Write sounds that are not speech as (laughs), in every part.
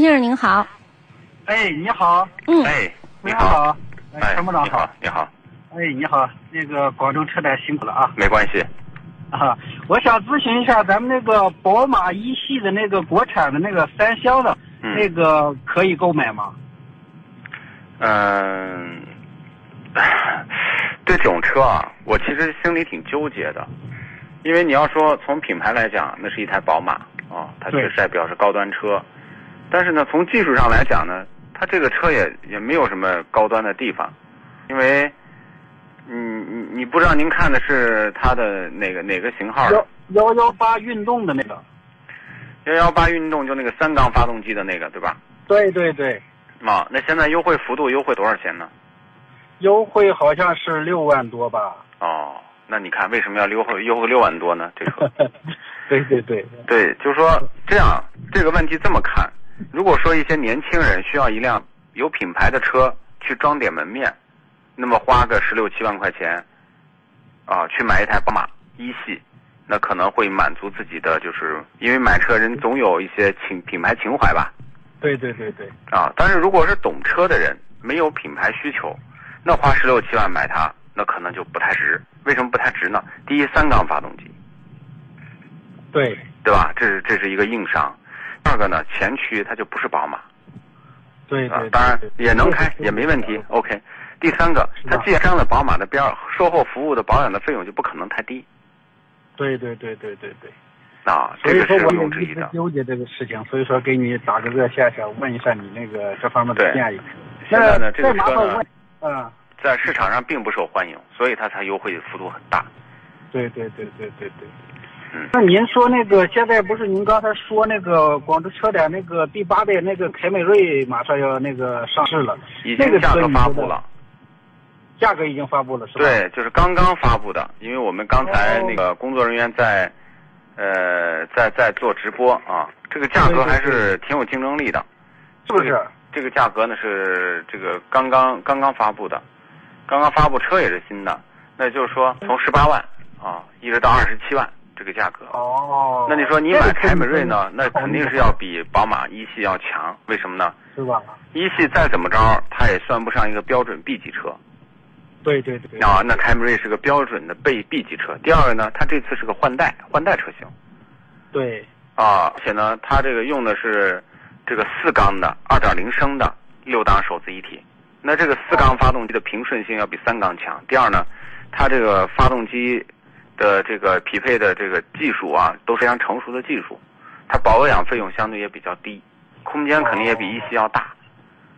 先生您好，哎，你好， (laughs) 嗯，哎，你你好，好，哎，哎，参谋长你好，你好，哎，你好，那个广州车展辛苦了啊 (laughs) 没关系。啊！我想咨询一下咱们那个宝马一系的那个国产的那个三厢的，嗯那个可以购买吗？嗯， (laughs) 对这种车啊，我其实心里挺纠结的，因为你要说从品牌来讲，那是一台宝马啊，它对确实代表是高端车，但是呢，从技术上来讲呢，它这个车也也没有什么高端的地方，因为。嗯，你你不知道您看的是它的哪个哪个型号的幺幺幺八运动的那个，幺幺八运动就那个三缸发动机的那个对吧？对对对，啊，那现在优惠幅度优惠多少钱呢？优惠好像是六万多 (laughs) 吧？哦，那你看为什么要优惠优惠六万多呢？这 (laughs) 车对对对，对，就是说这样这个问题这么看，如果说一些年轻人需要一辆有品牌的车去装点门面，那么花个十六七万块钱，啊，去买一台宝马一系，那可能会满足自己的，就是因为买车人总有一些情品牌情怀吧，对对对对，啊，但是如果是懂车的人，没有品牌需求，那花十六七万买它，那可能就不太值。为什么不太值呢？第一，三缸发动机，对对吧？这是这是一个硬伤。第二个呢，前驱它就不是宝马，对啊对，，当然对对也能开，也没问题。OK。第三个，是它吧既然沾了宝马的边儿，售后服务的保养的费用就不可能太低对对对对对对。啊，所这以个说是毋我庸们置一疑直的。纠结这个事情，所以说给你打个热线，想问一下你那个这方面的对建议。嗯现在呢，这再个麻车烦呢问，，嗯，在市场上并不受欢迎，所以它才优惠幅度很大。对对对对对对。嗯那您说那个现在不是您刚才说那个广州车展那个第八代那个凯美瑞马上要那个上市了，已那经个价车格你发觉布得了。价格已经发布了是吧？对，就是刚刚发布的，因为我们刚才哦那个工作人员在，呃，在在做直播啊，这个价格对对还是挺有竞争力的。是不是？这个价格呢是这个刚刚刚刚发布的，刚刚发布车也是新的，那就是说从十八万啊一直到二十七万这个价格。哦。那你说你这个买车凯美瑞呢，你那肯定是要比宝马一系要强，为什么呢？是吧？一系再怎么着，它也算不上一个标准 B 级车。对对对。啊，那凯美瑞是个标准的 B B 级车。第二个呢，它这次是个换代换代车型对啊，而且呢，它这个用的是这个四缸的二点零升的六档手自一体。那这个四缸发动机的平顺性要比三缸强。第二呢，它这个发动机的这个匹配的这个技术啊，都是非常成熟的技术，它保养费用相对也比较低，空间肯定也比一系要大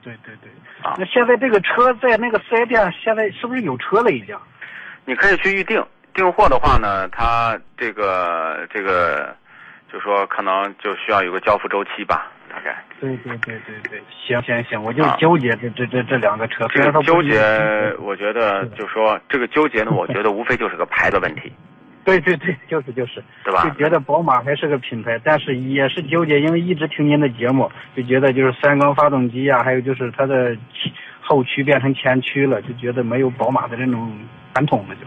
对对对。啊那。现在这个车在那个四 S 店，现在是不是有车了已经？你可以去预定，订货的话呢，它这个这个，就说可能就需要有个交付周期吧，大概。对对对对对，行行行，我就啊纠结这这这这两个车，虽这然说个纠不是结，我觉得就说这个纠结呢，我觉得无非就是个牌的问题，对对对，就是就是，对吧就？觉得宝马还是个品牌，但是也是纠结，因为一直听您的节目，就觉得就是三缸发动机啊，还有就是它的前后驱变成前驱了，就觉得没有宝马的这种传统了就，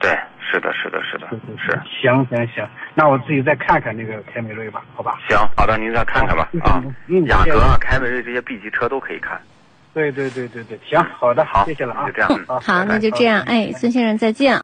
对，是的，是的，是的对，对是。行行行，那我自己再看看这个凯美瑞吧，好吧？行，好的，您再看看吧啊。嗯，雅谢阁谢啊、凯美瑞这些 B 级车都可以看。对对对对对，行，好的，好，谢谢了啊，就这样。嗯好，那就这样，哎，孙先生再见。